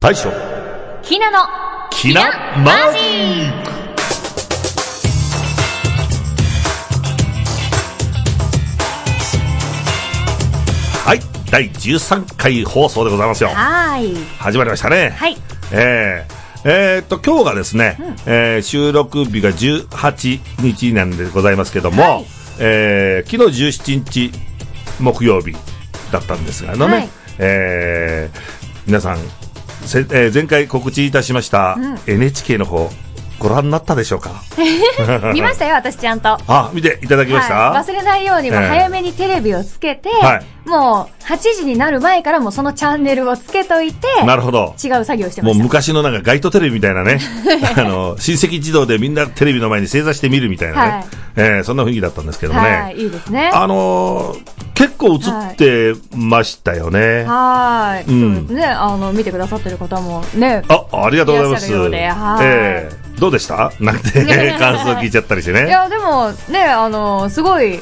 大将ひなのきなマジックはい第13回放送でございますよはーい始まりましたね はいえーえーっと今日がですね、えー収録日が18日なんでございますけども、はいえー昨日17日木曜日だったんですがあのね、はいえー皆さんせ、えー前回告知いたしました、NHK の方ご覧になったでしょうか見ましたよ私ちゃんとあ見ていただきました、はい、忘れないようにもええ早めにテレビをつけて、はいもう8時になる前からもうそのチャンネルをつけといて、なるほど違う作業してまもうした。昔のなんか街頭テレビみたいな ね、あの、親戚児童でみんなテレビの前に正座して見るみたいなね、はいえーそんな雰囲気だったんですけどもね、はい、いいですね。あのー結構映ってましたよね。はーうい、んそうですね、あの、見てくださってる方もね、あ、ありがとうございます。いらっしゃるようではいええどうでしたなんて 感想聞いちゃったりしていね。や、でもね、あの、すごい、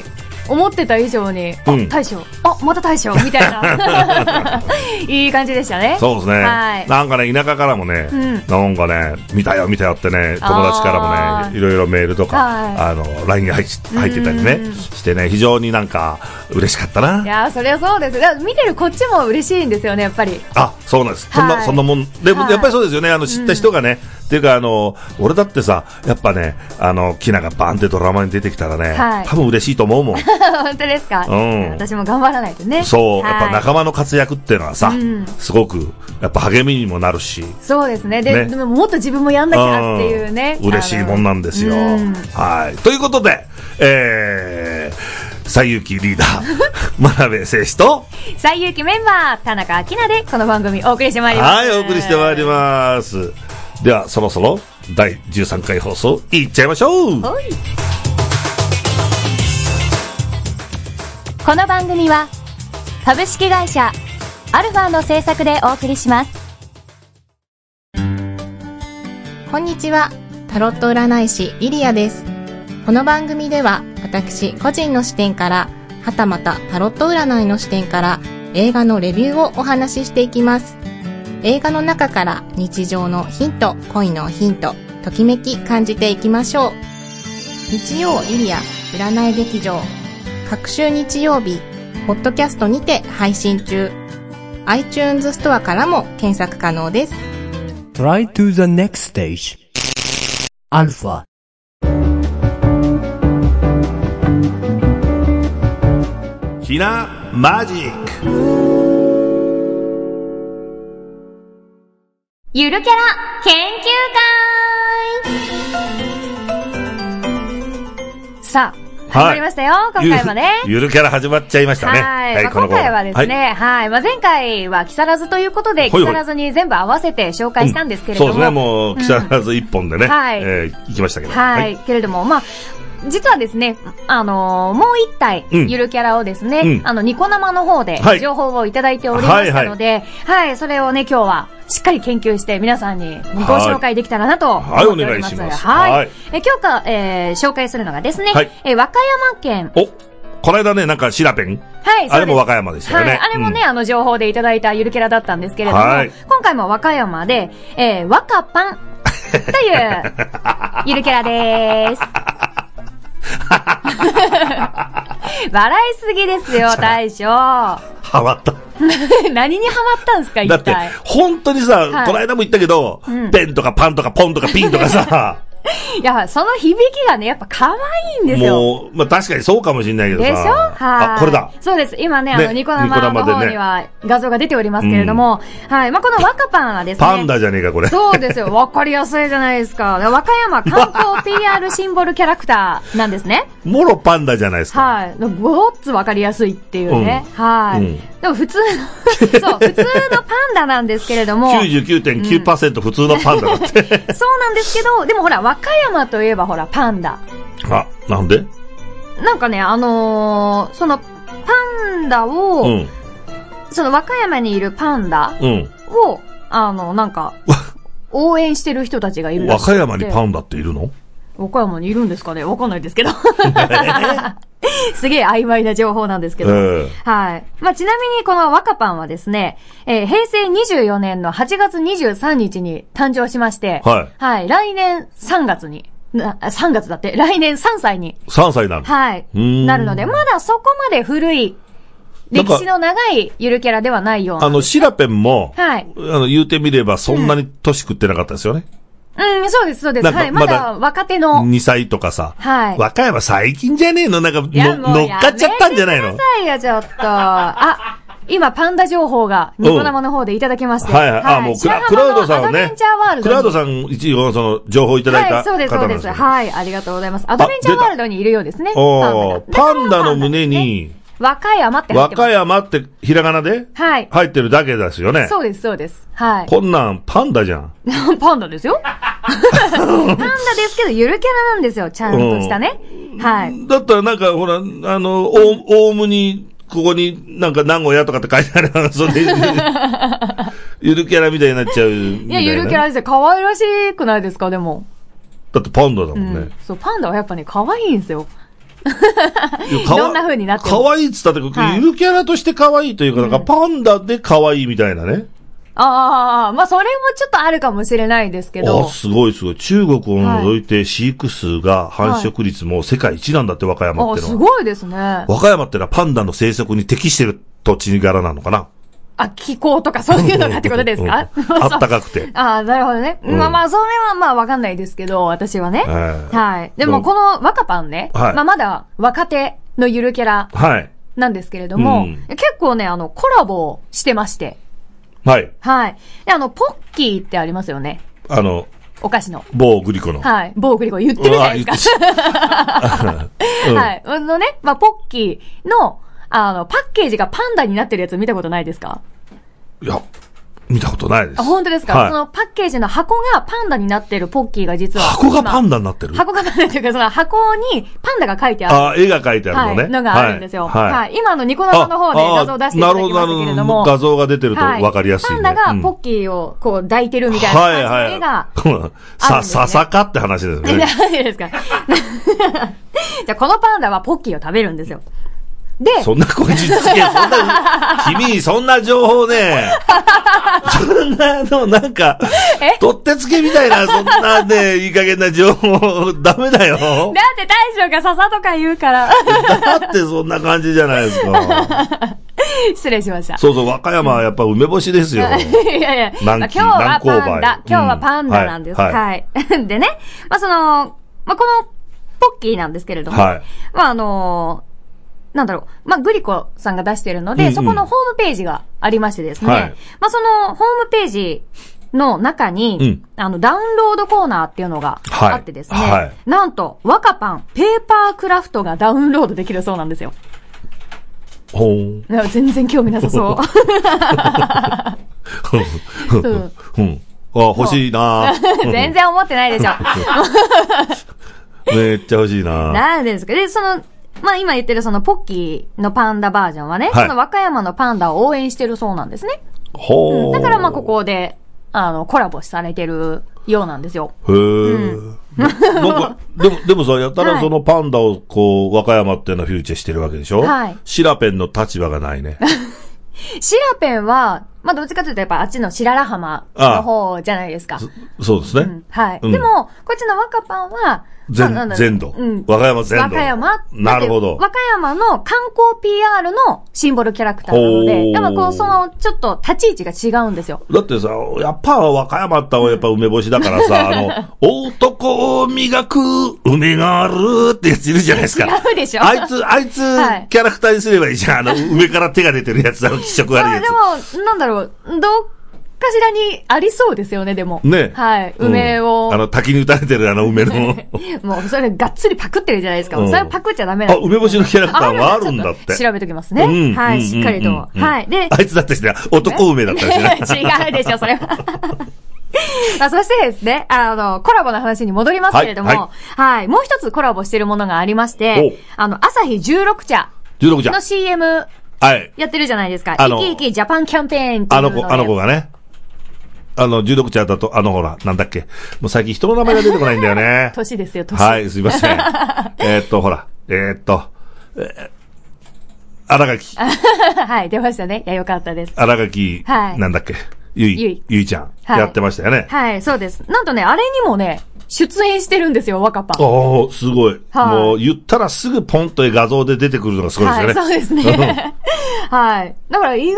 思ってた以上に、あうん大将、あ、また大将、みたい な。いい感じでしたね。そうですね。はいなんかね、田舎からもね、うんなんかね、見たよ見たよってね、友達からもね、あーいろいろメールとか、はいあの、LINE が入っ入ってたりうんね、してね、非常になんか嬉しかったいな。や、そりゃそうです。だから見てるこっちも嬉しいんですよね、やっぱり。あ、そうなんです。そんな、はいそんなもん。でも、はいやっぱりそうですよね。あの、知った人がね。っていうか、あの、俺だってさ、やっぱね、あの、キナがバンってドラマに出てきたらね、 はい多分嬉しいと思うもん。本当ですか、うん私も頑張らないとね。そう、やっぱはい仲間の活躍っていうのはさ、うんすごく、やっぱ励みにもなるし、そうですね。で、ねでももっと自分もやんなきゃっていうね。うん嬉しいもんなんですよ。あのうんはい。ということで、えー、最有機リーダ ー、真鍋誠志と、最有機メンバー、田中明菜でこの番組お送りしてまいります。はい、お送りしてまいります。では、そろそろ、第13回放送、いっちゃいましょうおいこの番組は、株式会社、アルファの制作でお送りします。こんにちは。タロット占い師リリアです。この番組では私個人の視点から、はたまたタロット占いの視点から映画のレビューをお話ししていきます。映画の中から日常のヒント、恋のヒント、ときめき感じていきましょう。日曜イリア占い劇場、各週日曜日、ポッドキャストにて配信中。iTunes ストアからも検索可能です。 Try to the next stage. Alpha. ひなマジックゆるキャラ研究会さあ、始まりましたよ、今回もね。ゆるゆるキャラ始まっちゃいましたね。はい。まあ今コーナー回はですね、はい。まあ前回は木更津ということで、ほい木ほい更津に全部合わせて紹介したんですけれそうどですね、もも。う、木更津一本でね、うんはいえー行きましたけど。はい、。けれども、まあ、実はですね、あのーもう一体、うんゆるキャラをですね、うんあの、ニコ生の方ではい、情報をいただいておりましたので、はい、それをね、今日は、しっかり研究して、皆さんにご紹介できたらなと思っておはいはいお願ります。いしますはい。はいえ今日か、えー紹介するのがですね、はいえ和歌山県、お、この間ね、なんか、シラペン。はい、あれもそ和うです歌山でしたよね。はい、あれもね、うんあの、情報でいただいたゆるキャラだったんですけれども、はい今回も和歌山で、えー、和歌パン、と いう、ゆるキャラでーす。笑いすぎですよ、大将。 ハマった。何にハマったんですか、だ一って体。、本当にさ、はいこの間も言ったけど、うんペンとかパンとかポンとかピンとかさ、いや、その響きがね、やっぱ可愛い んですよ。もう、まあ確かにそうかもしれないけどでさ。しょはい。あ、これだ。そうです。今ね、あの、ねニコ生ニのコ生方でねには画像が出ておりますけれども、はい。まあ、この若パンはですね。パンダじゃねえか、 これ。そうですよ。わかりやすいじゃないですか。和歌山観光 PR シンボルキャラクターなんですね。もろパンダじゃないですか。はい。ごっつわかりやすいっていうね。はい。うんでも普 通の、そう、普通のパンダなんですけれども。そう99.9%普通のパンダだって。なんですけど、でもほら、和歌山といえばほら、パンダ。 あ、なんでなんかね、あのーその、パンダを、うん。その和歌山にいるパンダうん。を、あの、な んか、応援してる人たちがいる和歌山にンパンダっているの 和歌山にいるんですかねわかんないですけど。すげえ曖昧な情報なんですけど。うんはい。まあ、ちなみにこの若パンはですね、えー平成24年の8月23日に誕生しまして、はいはい。来年3月に、なあ3月だって、来年3歳に、 3歳なの。はい。うーんなるので、まだそこまで古い、なん歴か史の長いゆるキャラではないような。あの、シラペンも、はいあの、言うてみればそんなに年食ってなかったですよね。うん、そうです、そうです。なんかはい。ままだだ若手の。 2歳とかさ。はい若いは最近じゃねえのなんかの、いやもう乗っかっちゃったんじゃないやめのてくださいよ、ちょっと。あ、今、パンダ情報が、ニコ生の方でいただきまして。はいはい。あ、もうクラ、クラウドさんをアドベねンチャーワールドに。クラウドさん一応その、情報いただいたはい、そうです、方そなうんでですす。よはい、ありがとうございます。アドベンチャーワールドにいるようですね。おーパンダパンダがの胸に。若い余って入ってます。若山ってひらがなではい。入ってるだけですよね。そうです、そうです。はい。こんなんパンダじゃん。 パン ダですよ。パンダですけど、ゆるキャラなんですよ、ちゃんとしたね。はい。だったらなんかほら、あの、オウムに、ここになんか名古屋とかって書いてあるそ れゆるキャラみたいになっちゃうみたいいな。や、ゆるキャラですよ。可愛らしくないですか、でも。だってパンダだもうんね。ん。そう、パンダはやっぱね、可愛いんですよ。いやかわどんな風になってる可愛いっつったって、はいゆるキャラとして可愛いというか、なんかパンダで可愛いみたいなね。ああ、まあ、それもちょっとあるかもしれないですけあ、ど。すごいすごい。中国を除いて飼育数が繁殖率も世界一なんだって、和歌山あっあ、てのは。すごいですね。あ、和歌山ってのはパンダの生息に適してる土地柄なのか な気候とかそういうのがってことですかうん あったかくて。ああ、なるほどね。んまあまあ、それはまあわかんないですけど、私 はね。ええはい。でどうも、この若パンね、はいまあまだ若手のゆるキャラはい。なんですけれどうも、ん結構ね、あの、コラボをしてまして。はい。はい。で、あの、ポッキーってありますよね。あの、お菓子の。某グリコの。はい。某グリコ言ってるじゃないですか。うわはい。あのね、まあ、ポッキーの、あの、パッケージがパンダになってるやつ見たことないですか言っていや、見たことないです。あ、本当ですか、はいそのパッケージの箱がパンダになってるポッキーが実は。箱がパンダダになってる。箱がパンダっていうか、その箱にパンダが書いてある。あ、絵が描いてあはるいのね。のがあるんですよ。はい。はい。今あのニコ生の方であ画像を出していただあなきましたけれども。るほど、なるほど。画像が出てるとはい分かりやすいね。パンダうんがポッキーをこう抱いてるみたいはいな感じの絵が。はい。あるんさ、ですねささかって話 ですね。何ですかじゃあこのパンダはポッキーを食べるんですよ。で、そんなこじつけ、そん な、君、そんな情報ね、そんなの、なんか、とってつけみたいな、そんなね、いい加減な情報、ダメだよ。だって大将が笹とか言うから、だってそんな感じじゃないですか。 失礼しました。そうそう、和歌山はやっぱ梅干しですよ。 いやいや、まあ南今紀日はパン南ダ、高梅今日はパンダなんです。うんはいはい。 でね、まあその、まあこの、ポッキーなんですけれども、はいまああのなんだろう。まあ、グリコさんが出してるので、うんうんそこのホームページがありましてですね。はいまあ、そのホームページの中に、うんあの、ダウンロードコーナーっていうのがはいあってですね。はいなんと、ワカパン、ペーパークラフトがダウンロードできるそうなんですよ。ほーん。いや全然興味なさそ う。うん。うん。あ、欲しいな全然思ってな いでしょ。 めっちゃ欲しいななんでですかで、その、まあ、今言ってるそのポッキーのパンダバージョンはね、はいその和歌山のパンダを応援してるそうなんですね。ほーだからまあ、こ。こで、あの、コラボされてるようなんですよ。へーなんか、でも、でもさ、やたらはいそのパンダをこう、和歌山っていうのはフューチャーしてるわけでしょはいシラペンの立場がない ね。シラペンは、まあ、どっちかというとやっぱあっちの白良浜の方じゃないですか。そうですね。うんはい。うんでも、こっちの若パンは、まあなん全、だろ全土ううん。。和歌山全土。和歌山なるほど。だって和歌山の観光 PR のシンボルキャラクターなのほで、うやっぱこう、その、ちょっと立ち位置が違うんですよ。だってさ、やっぱ和歌山ってやっぱ梅干しだから さ、あの、男を磨く梅があるってやついるじゃないで すか。違うでしょあいつ、あいつはい、キャラクターにすればいいじゃん。あの、上から手が出てるやつ、あの、気色悪いまやあつ。でも、なんだろう、どっかしらにありそうですよね、でも。ね。はい。うん梅をあ、の、滝に打たれてるあの梅 の。もうそれがっつりパクってるじゃないですか。うんそれパクっちゃダメなあ、んです梅干しのキャラクターがあるんだっちて。ょと調べときますね。うんはうんい、しっかりと。うんはい。で、あいつだってね、男梅だったし ね。違うでしょ、それは。 まあ、そしてですね、あの、コラボの話に戻りますけれども、ははいい、はもう一つコラボしてるものがありましおて、あの、朝日16茶16じゃんの。CM はい。やってるじゃないですか。あ生のき生きジャパンキャンペーンっていあうのの子、であの子がね。あの、16ちゃんだと、あのほら、なんだっけ。もう最近人 。の名前が出てこないんだよね年ですよ、年。 はい、すいません。えーっと、ほら、えーっと、荒垣、 はい、出ましたね。いや、よかったです。荒垣、はいなんだっけ、ゆい、ゆいゆいちゃん、はいやってましたよね。はい、そうです。なんとね、あれにもね、出演してるんですよ、若パン。おおすごい。はいもう、言ったらすぐポンと画像で出てくるのがすごいですよね。はい、そうで すね。はい。だから意外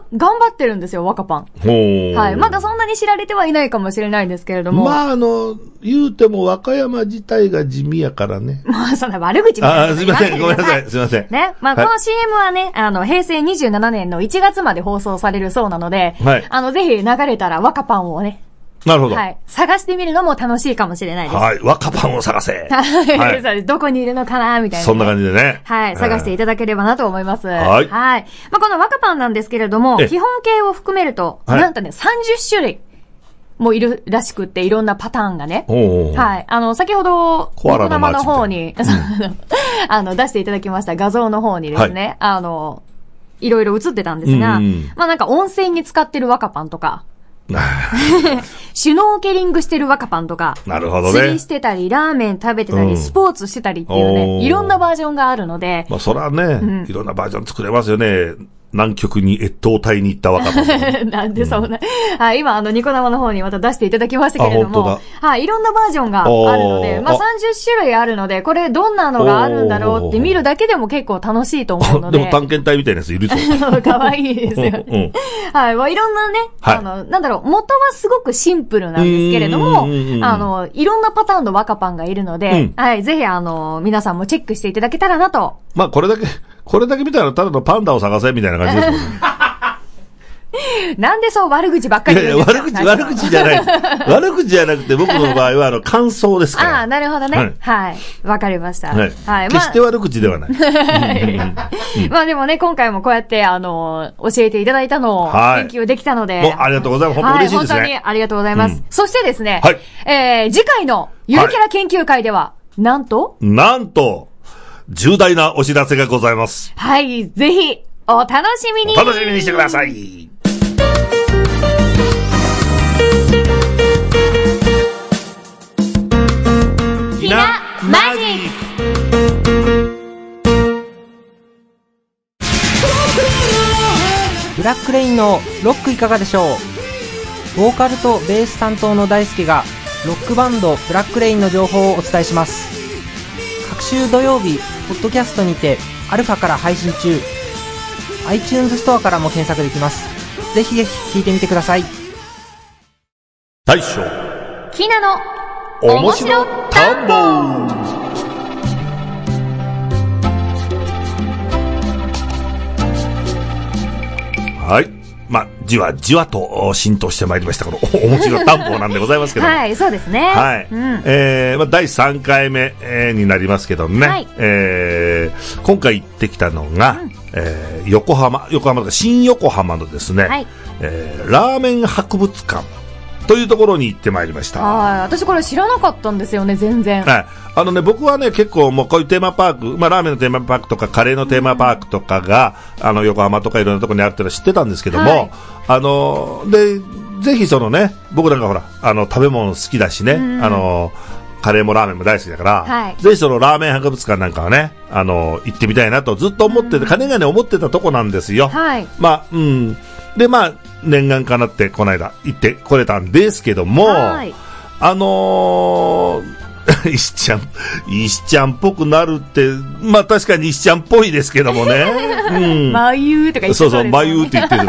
と頑張ってるんですよ、若パン。ほーはい。まだそんなに知られてはいないかもしれないんですけれども。 ままあ、あの、言うても和歌山自体が地味やからね。あ、そんな悪口みたいな ああ、すいません。ごめんなさ言わでい。すいません。くだ さいね。まあ、はこいの CM はね、あの、平成27年の1月まで放送されるそうなので、はいあの、ぜひ流れたら若パンをね、なるほど。ははい。い、探してみるのも楽しいかもしれないです。若パンを探せ。はい。はそうですどこにいるのかなみたいい。な。そんな感じでね。はい、探していたただければなと思います。はいはい。まあ、この若パンなんですけれども、ええ基本形を含めると、はいなんとね、30種類もいるらしくって、いろんなパターンがね。おーはい。あの、先ほど、コアラのマーチの方に、 あの、出していただきました画像の方にですね、あの、いろいろ映ってたんですが、うんうんまあなんか温泉に使ってる若パンとか、シュノーケリングしてる若パンとか、 なるほど釣ねりし。てたり、ラーメン食べてたり、うんスポーツしてたりっていうおね、ーいろんなバージョンがあるので、まあ、そらね、いろんなバージョン作れますよね。南極に越冬隊に行った若パ ン。なんでそんな、はい、今、あの、ニコ生の方にまた出していただきましたけれどあも本、はい、いろんなバージョンがあるので、おーまあ、30あ種類あるので、これどんなのがあるんだろうって見るだけでも結構楽しいと思うのあでで。も探検隊みたいなやつい るぞ。かわいいですようんうねん。はい。まあ、いろんなね、はいあの、なんだろう、元はすごくシンプルなんですけれどもうんうんうんう、んあの、いろんなパターンの若パンがいるので、うはい。ぜひ、あの、皆さんもチェックしていただけたらなと。まあ、これだけ、これだけ見たらただのパンダを探せみたいな感じですもんね。なんでそう悪口ばっかいりやい言や、うんです悪か口、悪口じゃ ない。悪口じゃなくて、僕の場合は、あの、感想ですから。ああ、なるほどね。ははいい。わ、かりましはた。い。ま決あして、悪口ではない。まあでもね、今回もこうやって、あの、教えていただいたのをはい研究できたので。もうありがとうございます本当嬉しいですねは本当にありがとうございます。うんそしてですね、はいえー、次回のゆるキャラ研究会では、なんと、なんと、重大なお知らせがございます。はい、ぜひ、お楽しみおに楽しみにしてください。ひなマジッブラックレインのロックいかがでしょうボーカルとベース担当の大輔がロックバンドブラックレインの情報をお伝えします各週土曜日ポッドキャストにてアルファから配信中 iTunes ストアからも検索できますぜひぜひ聞いてみてください大将、ひなの、面白田んぼはい。まあ、じわじわと浸透してまいりました、この、お面白田んぼなんでございますけども。はい、そうですね。はい。うん。えーまあ、第3回目、えーになりますけどね。はいえー今回行ってきたのが、えー横浜、横浜とか新横浜のですね、はいえーラーメン博物館というところに行ってまいりました。はい、私これ知らなかったんですよね、全然。はい。あのね、僕はね、結構もうこういうテーマパーク、まあラーメンのテーマパークとかカレーのテーマパークとかが、あの、横浜とかいろんなところにあるっていうのは知ってたんですけども、はいあの、で、ぜひそのね、僕なんかほら、あの、食べ物好きだしね、あの、カレーもラーメンも大好きだから、はいぜひそのラーメン博物館なんかはね、あの、行ってみたいなとずっと思ってて、かねがね思ってたとこなんですよ。はい。まあ、うん。で、まあ、念願かなって、この間、行ってこれたんですけども、はいあのー、 石ちゃん、石ちゃんっぽくなるって、まあ確かに石ちゃんっぽいですけど もね。うん。眉とか言ってそうそう、ですよね眉って言ってる。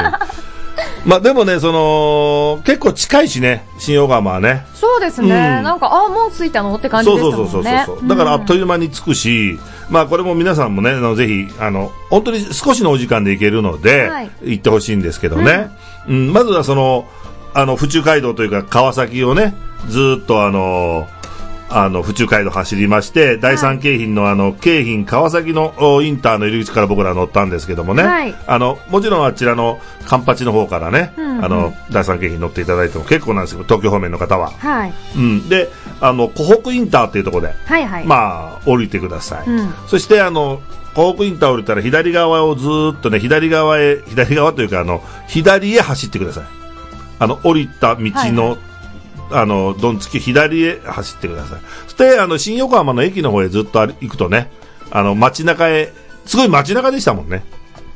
まあでもね、その、結構近いしね、新横浜はね。そうですね。うんなんか、あ、もう着いたのって感じそでうしそうたそもうんね。そうそう、だからあっといいう間に着くし、まあこれも皆さんもね、あのぜひ、あの、本当に少しのお時間で行けるので、はい行ってほしいんですけどね。うん、まずはその、あの、府中街道というか川崎をね、ずーっとあの、あの、府中街道走りまして、第三京浜のあの、京浜川崎のおインターの入り口から僕ら乗ったんですけどもね、はいあの、もちろんあちらのカンパチの方からね、んうんあの、第三京浜乗っていただいても結構なんですけど、東京方面の方は。はい。うん、で、あの、湖北インターっていうところで、はいはい。まあ、降りてください。うんそして、あの、湖北インター降りたら左側をずーっとね、左側へ、左側というか、あの、左へ走ってください。あの、降りた道の、あの、どんつき左へ走ってください。そして、あの、新横浜の駅の方へずっと歩行くとね、あの、街中へ、すごい街中でしたもんね。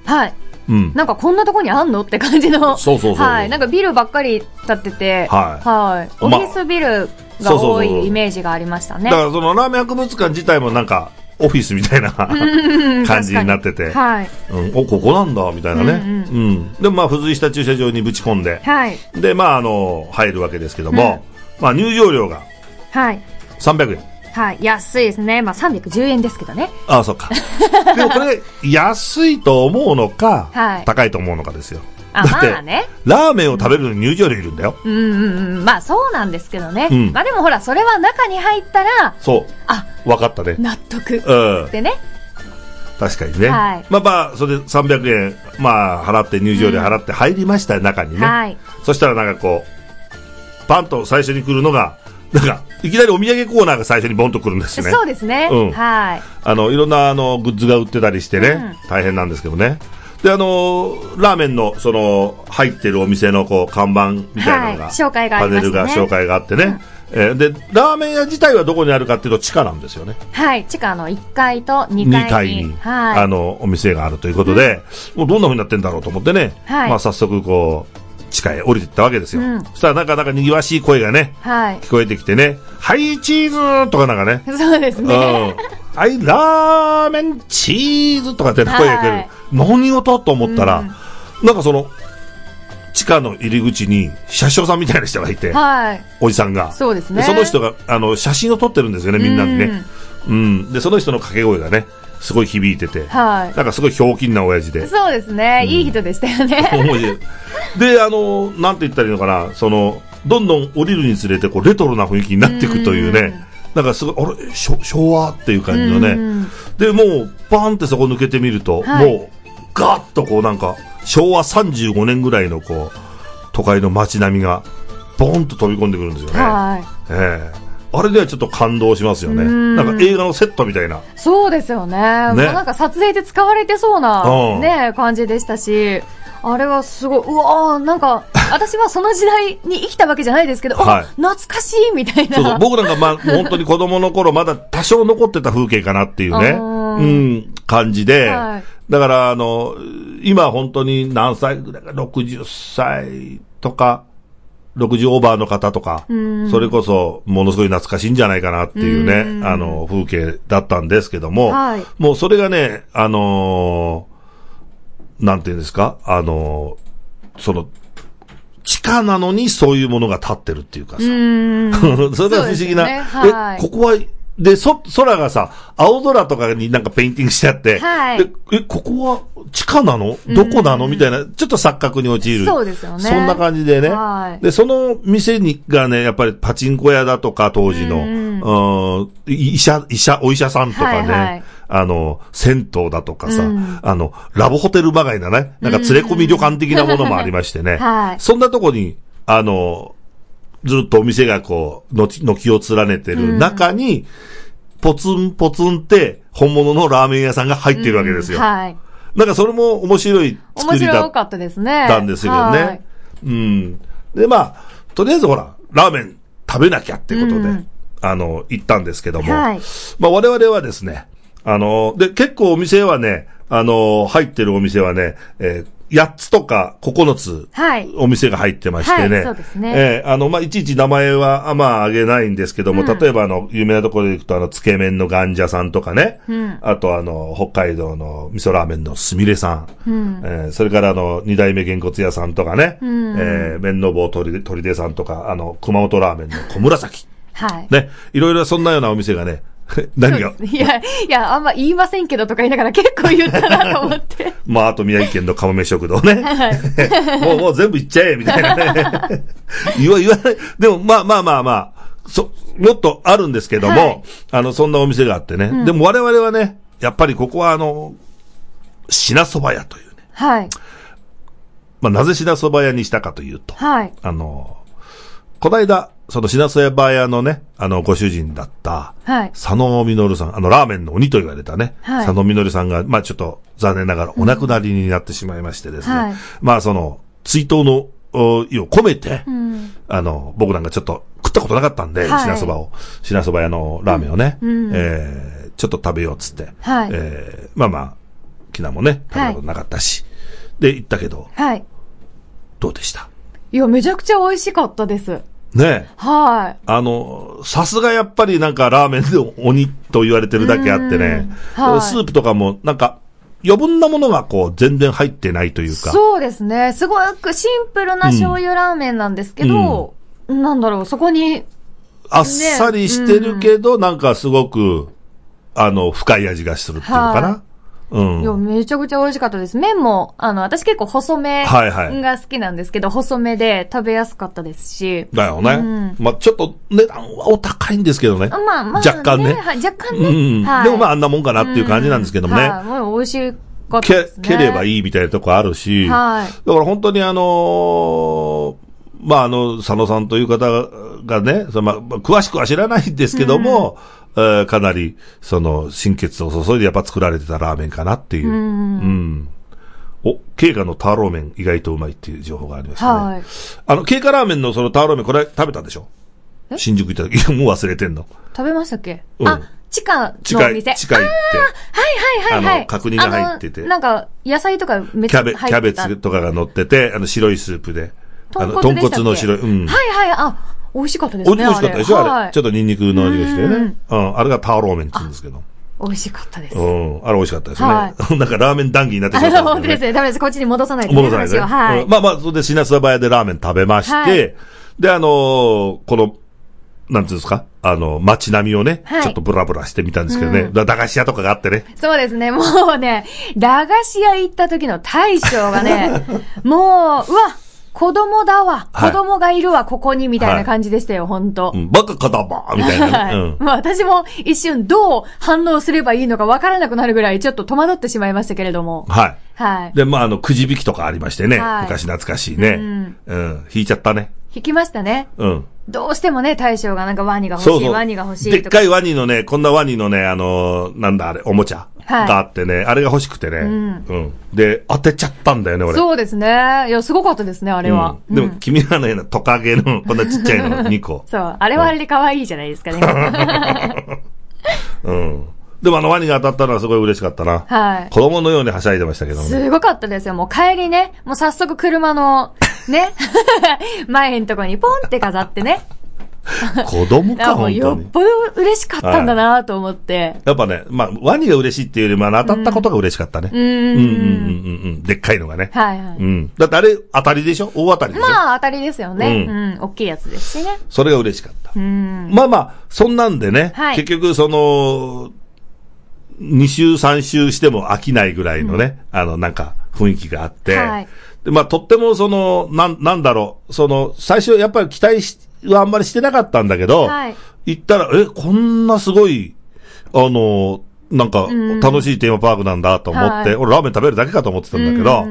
はい。うん。なんかこんなとこにあんのって感じの。そうそうそうそうはい。なんかビルばっかり建ってて。はいはい。オフィスビルがそ多うそうそうそういイメージがありましたね。だからそのラーメン博物館自体もなんか、オフィスみたいな感じになってて、はい。うん、お、ここなんだ、みたいなね。ううん、で、まあ、付随した駐車場にぶち込んで、はい。で、まあ、あの、入るわけですけども、まあ、入場料がはい。 300円。はい。安いですね。まあ310円ですけどね。ああ、 そっか。でもこれ、安いと思うのか、はい高いと思うのかですよ。あ、だってまあね。ラーメンを食べるのに入場料いるんだよ。うんうんうん。まあそうなんですけどね。うんまあでもほら、それは中に入ったら、そあ、う。わかったね。納得っうん。てね。確かにね。はいまあまあ、それで300円、まあ、払って、入場料払って入りましたよ、中にね。はい。そしたらなんかこう、パンと最初に来るのが、なんか、いきなりお土産コーナーが最初にボンと来るんですね。そうですね。うんはい。あの、いろんなあの、グッズが売ってたりしてね、う大変なんですけどね。で、あの、ラーメンの、その、入ってるお店の、こう、看板みたいなのが、はい紹介がありパネましたねルが紹介があってね。えーで、ラーメン屋自体はどこにあるかっていうと、地下なんですよね。はい。地下の1階と2 2階階に。に、はあい。の、お店があるということで、もうどんな風になってんだろうと思ってね、はいまあ早速こう、地下へ降りていったわけですよ。うんそしたらなかなか賑わしい声がね、はい。聞こえてきてね、はい、チーズとかなんかね、そうですうんね。はい、ラーメンチーズとかって声がは来いる。何事と思ったら、うんなんかその、地下の入り口に車掌さんみたいな人がいて、はい。おじさんが。そうですでね。その人があの写真を撮ってるんですよね、みんなでね。うん。で、その人の掛け声がね、すごい響いてて、はなんかすごいひょうきんな親父い。で。そうですね。いい人でした よね。思い出で、あの、なんて言ったらいいのかな、その、どんどん降りるにつれて、こう、レトロな雰囲気になっていくというね、なんかすごい、あれ、しょ昭和っていう感じのね。うんで、もう、バーンってそこ抜けてみると、はいもう、ガーッとこう、なんか、昭和35年ぐらいの、こう、都会の街並みが、ボーンと飛び込んでくるんですよね。はええあれではちょっと感動しますよね。うんなんか映画のセットみたいな。い。そうですよね。もうなんか撮影で使われてそうな、うんね、感じでしたし、あれはすごい、うわーなんか、私はその時代に生きたわけじゃないですけど、はあい懐かしいみたいな。 そうそう。僕なんかまあ、本当に子供の頃まだ多少残ってた風景かなっていうね、あーうん、感じで、はいだからあの、今本当に何歳ぐらいか、60歳とか、60オーバーの方とか、んそれこそものすごい懐かしいんじゃないかなっていうね、うんあの、風景だったんですけども、はいもうそれがね、あのーなんていうんですか、あのーその、地下なのにそういうものが立ってるっていうかさ、う ん。それが不思議な。そうですよねはいえ、ここは、で、そ、空がさ、青空とかになんかペインティングしてあって、はいでえ、ここは地下なのどこなのみたいな、ちょっと錯覚に陥る。そうですよねそんな感じでね。はいで、その店にがね、やっぱりパチンコ屋だとか、当時の、うん医者、医者、お医者さんとかね、はいはいあの、銭湯だとかさ、うんあの、ラブホテルまがいなね、なんか連れ込み旅館的なものもありましてね。 はいそんなとこに、あの、ずっとお店がこう、のち軒を連ねてる中に、ポツンポツンって、本物のラーメン屋さんが入ってるわけですよ。はい。なんかそれも面白い作面りだ白っかったですね。たんですけどはいね。。うん。で、まあ、とりあえずほら、ラーメン食べなきゃってことで、うんあの、行ったんですけども、はいまあ我々はですね、あの、で、結構お店はね、あの、入ってるお店はね、えー、8つとか9つ、はいお店が入ってましてね。はいそうですねえーあの、まあ、いちいち名前は、あまあ、あげないんですけども、例えば、あの、有名なところで行くと、あの、つけ麺のガンジャさんとかね。んあと、あの、北海道の味噌ラーメンのすみれさん。えーそれから、あの、二代目げんこつ屋さんとかね。えー麺の棒とりとりでさんとか、あの、熊本ラーメンの小紫。はい。ね。いろいろそんなようなお店がね、 何が、いや、いや、あんま言いませんけどとか言いながら結構言ったなと 思って。まあ、あと宮城県の釜飯食堂ね。 もう、もう全部行っちゃえ、みたいなね。 言わ、言わない。でも、まあまあまあまあ、そ、もっとあるんですけども、はいあの、そんなお店があってね。でも我々はね、やっぱりここはあの、品蕎麦屋というね。はい。まあ、なぜ品蕎麦屋にしたかというと、はい。あの、こないだ、その品蕎麦屋のね、あの、ご主人だった、はい。佐野実さん、あの、ラーメンの鬼と言われたね、はい佐野実さんが、まあちょっと残念ながらお亡くなりになってしまいましてですね、はいまあその、追悼のお意を込めて、うん。あの、僕なんかちょっと食ったことなかったんで、はい品そばを、品そば屋のラーメンをね、えーーちょっと食べようっつって。はいえーまあまあ、昨日もね、食べたことなかったし。で、行ったけど、はい。どうでしたいや、めちゃくちゃ美味しかったです。ねえはあの、さすがやっぱりなんかラーメンで鬼と言われてるだけあってねうんは、いスープとかもなんか余分なものがこう全然入ってないといい。うか、そうですね。すごくシンプルな醤油ラーメンなんですけど、なんだろう、そこに、あっさりしてるけどなんかすごく、あの、深い味がするっていうのかはな。うんいや、。めちゃくちゃ美味しかったです。麺も、あの、私結構細めはいはいが好きなんですけど、細めで食べやすかったですし、だよね。うんまあちょっと値段はお高いんですけどね。あまあまあ、若干ねはい若干うね。ん。はい、でもまああんなもんかなっていう感じなんですけどもね。はい、もう美味しかったでけす、ね。ければい。いいみたいなとこあるし、はいだから本当にあのーまああの、佐野さんという方がね、そのまあまあ、詳しくは知らないんですけども、えーかなり、その、心血を注いでやっぱ作られてたラーメンかなっていう。うんうんお、経過のターローメン意外とうまいっていう情報がありましたね。はい。あの、経過ラーメンのそのターローメンこれ食べたでしょえ新宿行った時、 いやもう忘れてんの。食べましたっけ、うんあ、地下の近おい、店。近いって。はいはいはいはい。あの角煮が入っててあのなんか、野菜とかめっキちゃャ入ベ、っキてた。ャベツとかが乗ってて、あの、白いスープで。あの、豚豚骨でしたっけ骨の白い、うん。はいはい、あ、美味しかったですおね。美味しかったでしょあはれ。いちょっとニンニクの味がしてうんね。うん。あれがターローメンって言うんですけど。美味しかったです。うん。あれ美味しかったですね。は なんかラーメン談義になってしまっあたの、 本ん当ですけですどね。ね。ダメです。こっちに戻さないと、ね。戻さないでね。話をはい。うんまあまあ、それで品沢屋でラーメン食べましはてい、で、あのー、この、なんていうんですかあの、街並みをね、はいちょっとブラブラしてみたんですけどね。だ駄菓子屋とかがあってね。そうですね。もうね、駄菓子屋行った時の大将が ね、もう、うわ、子供だわ、はい子供がいるわ、ここに、みたいな感じでしたよ、本当うん。バカかだばーみたいな はいね。うん。まあ私も一瞬どう反応すればいいのかわからなくなるぐらいちょっと戸惑ってしまいましたけれども。はい。はい。で、まあ、あの、くじ引きとかありましてね。はい昔懐かしいね。んうん。引いちゃったね。引きましたね。うん。どうしてもね、大将がなんかワニが欲しい、そうそう。ワニが欲しでいっとか。かいワニのね、こんなワニのね、あのーなんだあれ、おもちゃはいがあってね、あれが欲しくてね、うんん。で、当てちゃったんだよね、俺。そうですね。いや、すごかったですね、あれは。うんでも、君はね、トカゲの、こんなちっちゃい の2個。そう。あれはあれで可愛いじゃないですかね。うん。でもあのワニが当たったのはすごい嬉しかったな。 はい子供のようにはしゃいでましたけどもね。すごかったですよ。もう帰りね、もう早速車の、ね、 前んとこにポンって飾ってね。子供あか、も本当うよにっ。ぽど嬉しかったんだなと思って。やっぱね、まあ、ワニが嬉しいっていうよりも、あの当たったことが嬉しかったね。うんうんうんうんうん。でっかいのがね。はいはい。うん。だってあれ、当たりでしょ大当たりでしょ、まあ、当たりですよね。ううんん、大きいやつですしね。それが嬉しかった。うん。まあまあ、そんなんでね、はい結局その、2週3週しても飽きないぐらいのね、あの、なんか、雰囲気があって、はいで、まあ、とってもその、なん、なんだろう、その、最初やっぱり期待しはあんまりしてなかったんだけど、はい行ったら、え、こんなすごい、あの、なんか、楽しいテーマパークなんだと思って、はい俺ラーメン食べるだけかと思ってたんだけど、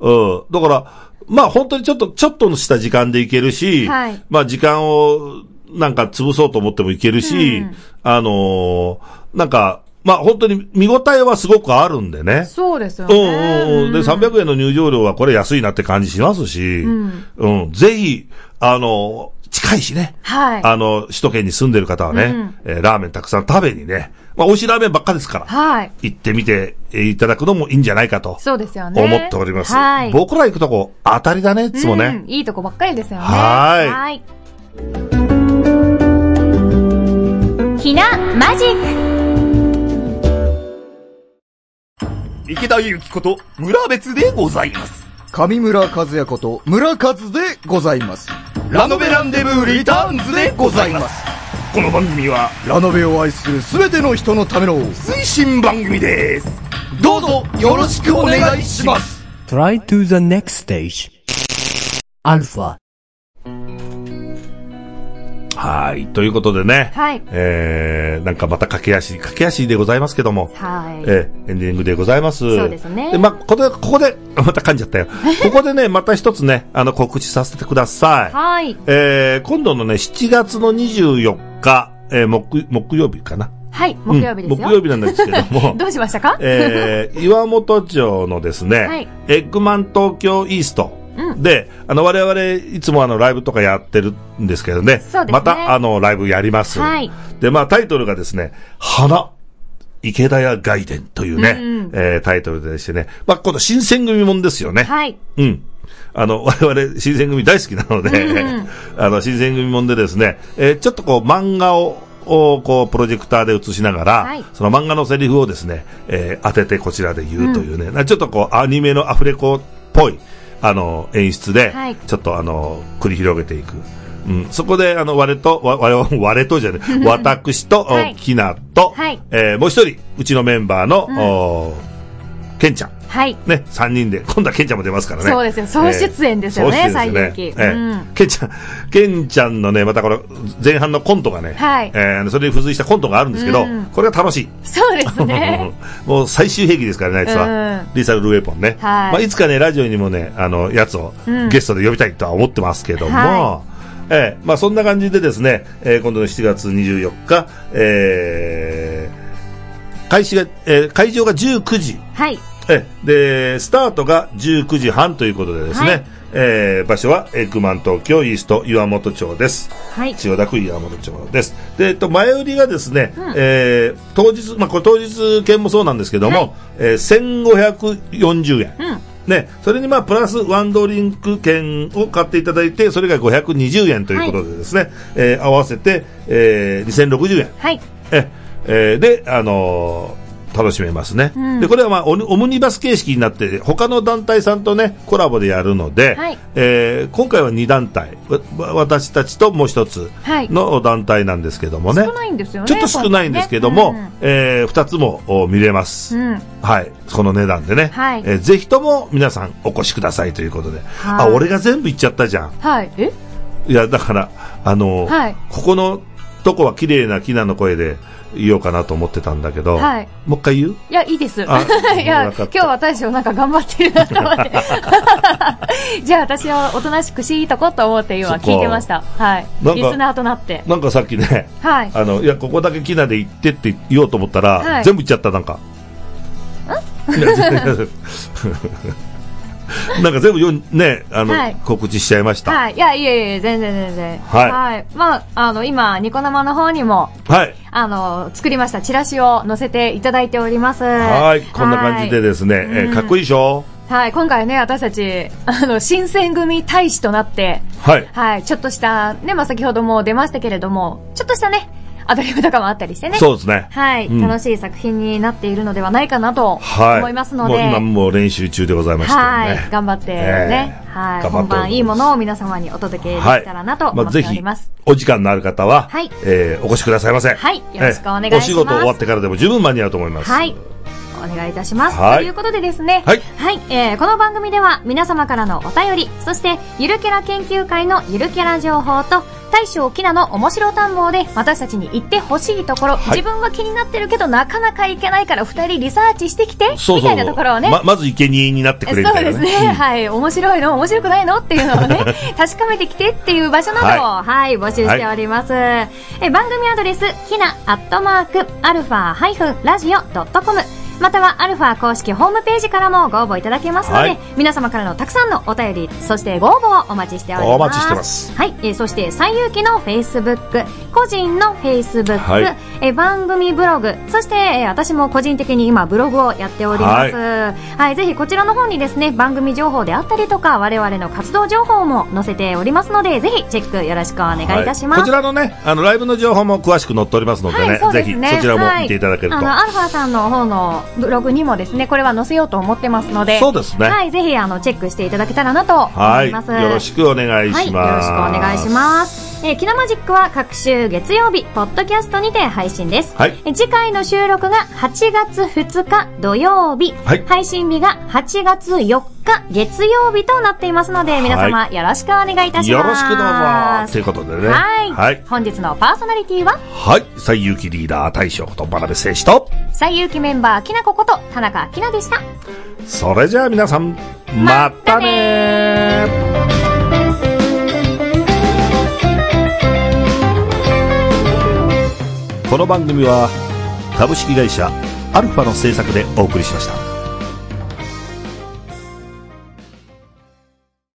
うん。だから、まあ本当にちょっと、ちょっとのした時間で行けるし、はいまあ時間を、なんか潰そうと思ってもいけるし、あのーなんか、まあ本当に見応えはすごくあるんでね。そうですようね。んうんうん。で、300円の入場料はこれ安いなって感じしますし、うん。ぜひ、あのー近いしね。はい。あの、首都圏に住んでる方はね、えーラーメンたくさん食べにね、まあ、美味しいラーメンばっかですから、はい。行ってみてえーいただくのもいいんじゃないかと、そうですよね。思っております。はい。僕ら行くとこ、当たりだね、いつもね。うんいいとこばっかりですよね。はーいい。ひな、マジッ池田祐希こと、村別でございます。上村和也こと村和でございます。ラノベランデブーリターンズでございます。この番組は、ラノベを愛するすべての人のための推進番組です。どうぞ、よろしくお願いします。 Try to the next stage. Alpha. はい。ということでね、はいえー、なんかまた駆け足、駆け足でございますけどもク。、はい。えーエンディングでございます。そうですねまあ、ここで、ここで、 また噛んじゃ ったよ。ここでね、また一つね、あの、告知させてください。はい。えー、今度のね、7月の24日、えー、木、木曜日かな。はい。木曜日ですよ。うん木曜日なんですけども、 どうしましたかえー、岩本町のですね、はいエッグマン東京イーストで、あの、我々いつもあの、ライブとかやってるんですけどね、そうですねまたあの、ライブやります。はいで、まあタイトルがですね、花、池田屋外伝というね、うんうんえータイトルでしてね、まあ、この新選組もんですよね。はい。うん。あの、 我々、新選組大好きなので、あの、新選組もんでですね、えーちょっとこう、漫画を、をこう、プロジェクターで映しながら、はいその漫画のセリフをですね、えー当ててこちらで言うというね、なちょっとこう、アニメのアフレコっぽい、あの、演出で、はいちょっとあの、繰り広げていく。うん、そこで、あの、我と、わ、我、 我とじゃね、私と、はいきなと、はいえーもう一人、うちのメンバーの、んおけんちゃん。はい。ね、3人で、今度はケンちゃんも出ますからね。そうですよ総出演ですよ総ね出演です西よ遊記ええうんケンちゃん、ケンちゃんのね、またこれ、前半のコントがね、はいえーそれに付随したコントがあるんですけど、うんこれが楽しい。そうで すね。もう最終兵器ですからね、あいつは。うリーサルルーウェポンね。はいまあ、いつかね、ラジオにもね、あの、やつをうんゲストで呼びたいとは思ってますけども、はええまあ、そんな感じでですね、えー今度の7月24日、えー開始が、えー会場が19時。はい。えでスタートが19時半ということでですね、はいえー場所はエッグマン東京イースト岩本町ですはい。千代田区岩本町ですで、えっと、前売りがですね、うんえー当日、まあ、これ当日券もそうなんですけども、えー1540円、うん。ね、それにまあプラスワンドリンク券を買っていただいてそれが520円ということでですね、えー合わせて、えー2060円はい。え、えーで、あのー楽しめますね、うんでこれは、まあ、オニオムニバス形式になって他の団体さんとねコラボでやるので、はいえー今回は2団体わわ私たちともう一つはいの団体なんですけどもね、少ないんですよね。ちょっと少ないんですけども、今回ねえ2つもお見れます、うん。うんはい、この値段でね、はいえーぜひとも皆さんお越しくださいということで、はあい俺が全部言っちゃったじゃんはい。えいやだからあのーはいここのとこは綺麗なきなの声で言おうかなと思ってたんだけど、はいもう一回言ういや、いい です。いあや、わか今った日は大将なんか頑張ってる なと思って。じゃあ私はおとなしくしいとこと思って今聞いてました。はいな。んかリスナーとなって。なんかさっき ねはい。あのいやここだけきなで行ってって言おうと思ったら、はい全部言っちゃったなんかいやいやいや なんか全部よんねあの、はい告知しちゃいましたはい。いや、いえいえ、全然全然。はいまあ、あの、今、ニコ生の方にも、はいあの、作りましたチラシを載せていただいております。はいこんな感じでですね、えーかっこいいでしょはい、今回ね、私たち、あの、新選組大使となって、はいはい、ちょっとした、ね、まあ、先ほども出ましたけれども、ちょっとしたね、アドリブとかもあったりしてね。そうですねはい、うん楽しい作品になっているのではないかなとはい思いますので、もう今もう練習中でございましてねはい、頑張ってね、ええは頑い、張っております本番いいものを皆様にお届けできはい。たらなと思っております。あ、ぜひ、お時間のある方は、はいえーお越しくださいませ。はいよろしくお願いしますえーお仕事終わってからでも十分間に合うと思います。はい。お願いいたします。はいということでですね。はいえーこの番組では皆様からのお便り、そしてゆるキャラ研究会のゆるキャラ情報と、大将キナの面白探訪で私たちに言ってほしいところ、はい自分は気になってるけどなかなか行けないから二人リサーチしてきて、そうそうみたいなところをね。ま、まず生贄になってくれみそたういでな、ね。すね、はい面白いの面白くないのっていうの をね確かめてきてっていう場所などを、はい募集しております、え番組アドレスひなアットマークアルファハイフンラジオドットコムまたはアルファ公式ホームページからもご応募いただけますので、はい皆様からのたくさんのお便りそしてご応募をお待ちしておりますお待ちしてますはい、えーそして最有機のフェイスブック個人のフェイスブック、はいえー番組ブログそして、えー私も個人的に今ブログをやっております、はい、ぜひこちらの方にですね、番組情報であったりとか、我々の活動情報も載せておりますので、ぜひチェックよろしくお願いいたします。こちらのね、あの、ライブの情報も詳しく載っておりますのでね、そうぜですひ、ねそちらも見ていただけると。はい、あのアルファさんの方のブログにもですねこれは載せようと思ってますのでそうですねはいぜひあのチェックしていただけたらなと思はい。います、よろしくお願いします。はい、よろしくお願いします。えー、キナマジックは各週月曜日、ポッドキャストにて配信です。はいえー次回の収録が8月2日土曜日、はい配信日が8月4日月曜日となっていますので、皆様よろしくお願いいたします。よろしくどうぞ。ということでね。はい、はい。本日のパーソナリティは、はい。最有機リーダー大将ことバラベ選手と、最有機メンバー、きなここと田中きなでした。それじゃあ皆さん、またねこの番組は株式会社アルファの制作でお送りしました。